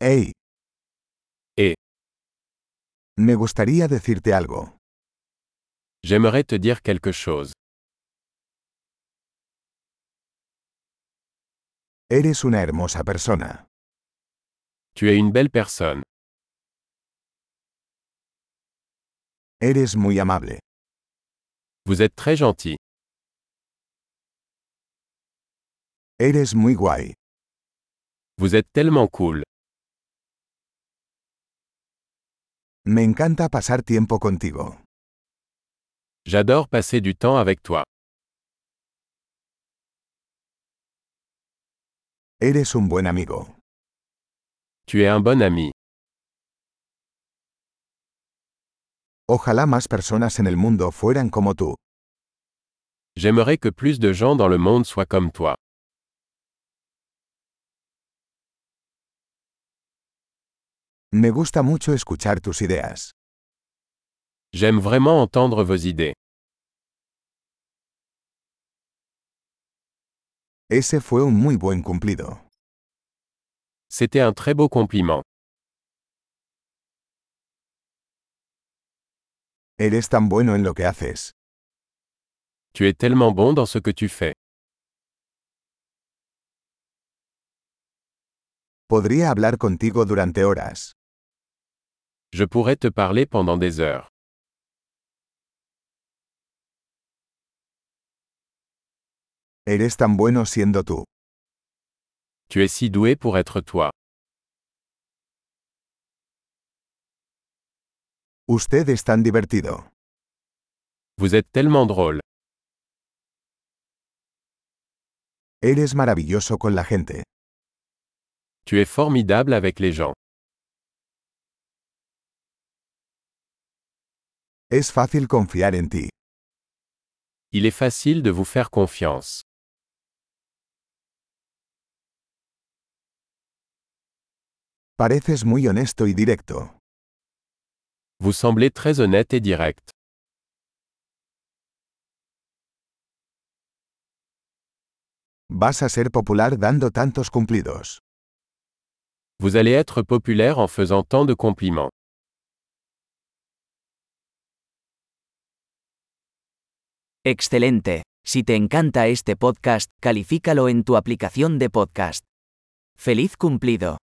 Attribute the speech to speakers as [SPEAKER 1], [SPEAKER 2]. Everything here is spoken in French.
[SPEAKER 1] Hey.
[SPEAKER 2] Eh.
[SPEAKER 1] Me gustaría decirte algo.
[SPEAKER 2] J'aimerais te dire quelque chose.
[SPEAKER 1] Eres una hermosa persona.
[SPEAKER 2] Tu es une belle personne.
[SPEAKER 1] Eres muy amable.
[SPEAKER 2] Vous êtes très gentil.
[SPEAKER 1] Eres muy guay.
[SPEAKER 2] Vous êtes tellement cool.
[SPEAKER 1] Me encanta pasar tiempo contigo.
[SPEAKER 2] J'adore passer du temps avec toi.
[SPEAKER 1] Eres un buen amigo.
[SPEAKER 2] Tu es un bon ami.
[SPEAKER 1] Ojalá más personas en el mundo fueran como tú.
[SPEAKER 2] J'aimerais que plus de gens dans le monde soient comme toi.
[SPEAKER 1] Me gusta mucho escuchar tus ideas.
[SPEAKER 2] J'aime vraiment entendre vos idées.
[SPEAKER 1] Ese fue un muy buen cumplido.
[SPEAKER 2] C'était un très beau compliment.
[SPEAKER 1] Eres tan bueno en lo que haces.
[SPEAKER 2] Tu es tellement bon dans ce que tu fais.
[SPEAKER 1] Podría hablar contigo durante horas.
[SPEAKER 2] Je pourrais te parler pendant des heures.
[SPEAKER 1] Eres tan bueno siendo tú.
[SPEAKER 2] Tu es si doué pour être toi.
[SPEAKER 1] Usted es tan divertido.
[SPEAKER 2] Vous êtes tellement drôle.
[SPEAKER 1] Eres maravilloso con la gente.
[SPEAKER 2] Tu es formidable avec les gens.
[SPEAKER 1] Es fácil confiar en ti.
[SPEAKER 2] Il est facile de vous faire confiance.
[SPEAKER 1] Pareces muy honesto y directo.
[SPEAKER 2] Vous semblez très honnête et direct.
[SPEAKER 1] Vas a ser popular dando tantos cumplidos.
[SPEAKER 2] Vous allez être populaire en faisant tant de compliments.
[SPEAKER 3] Excelente. Si te encanta este podcast, califícalo en tu aplicación de podcast. ¡Feliz cumplido!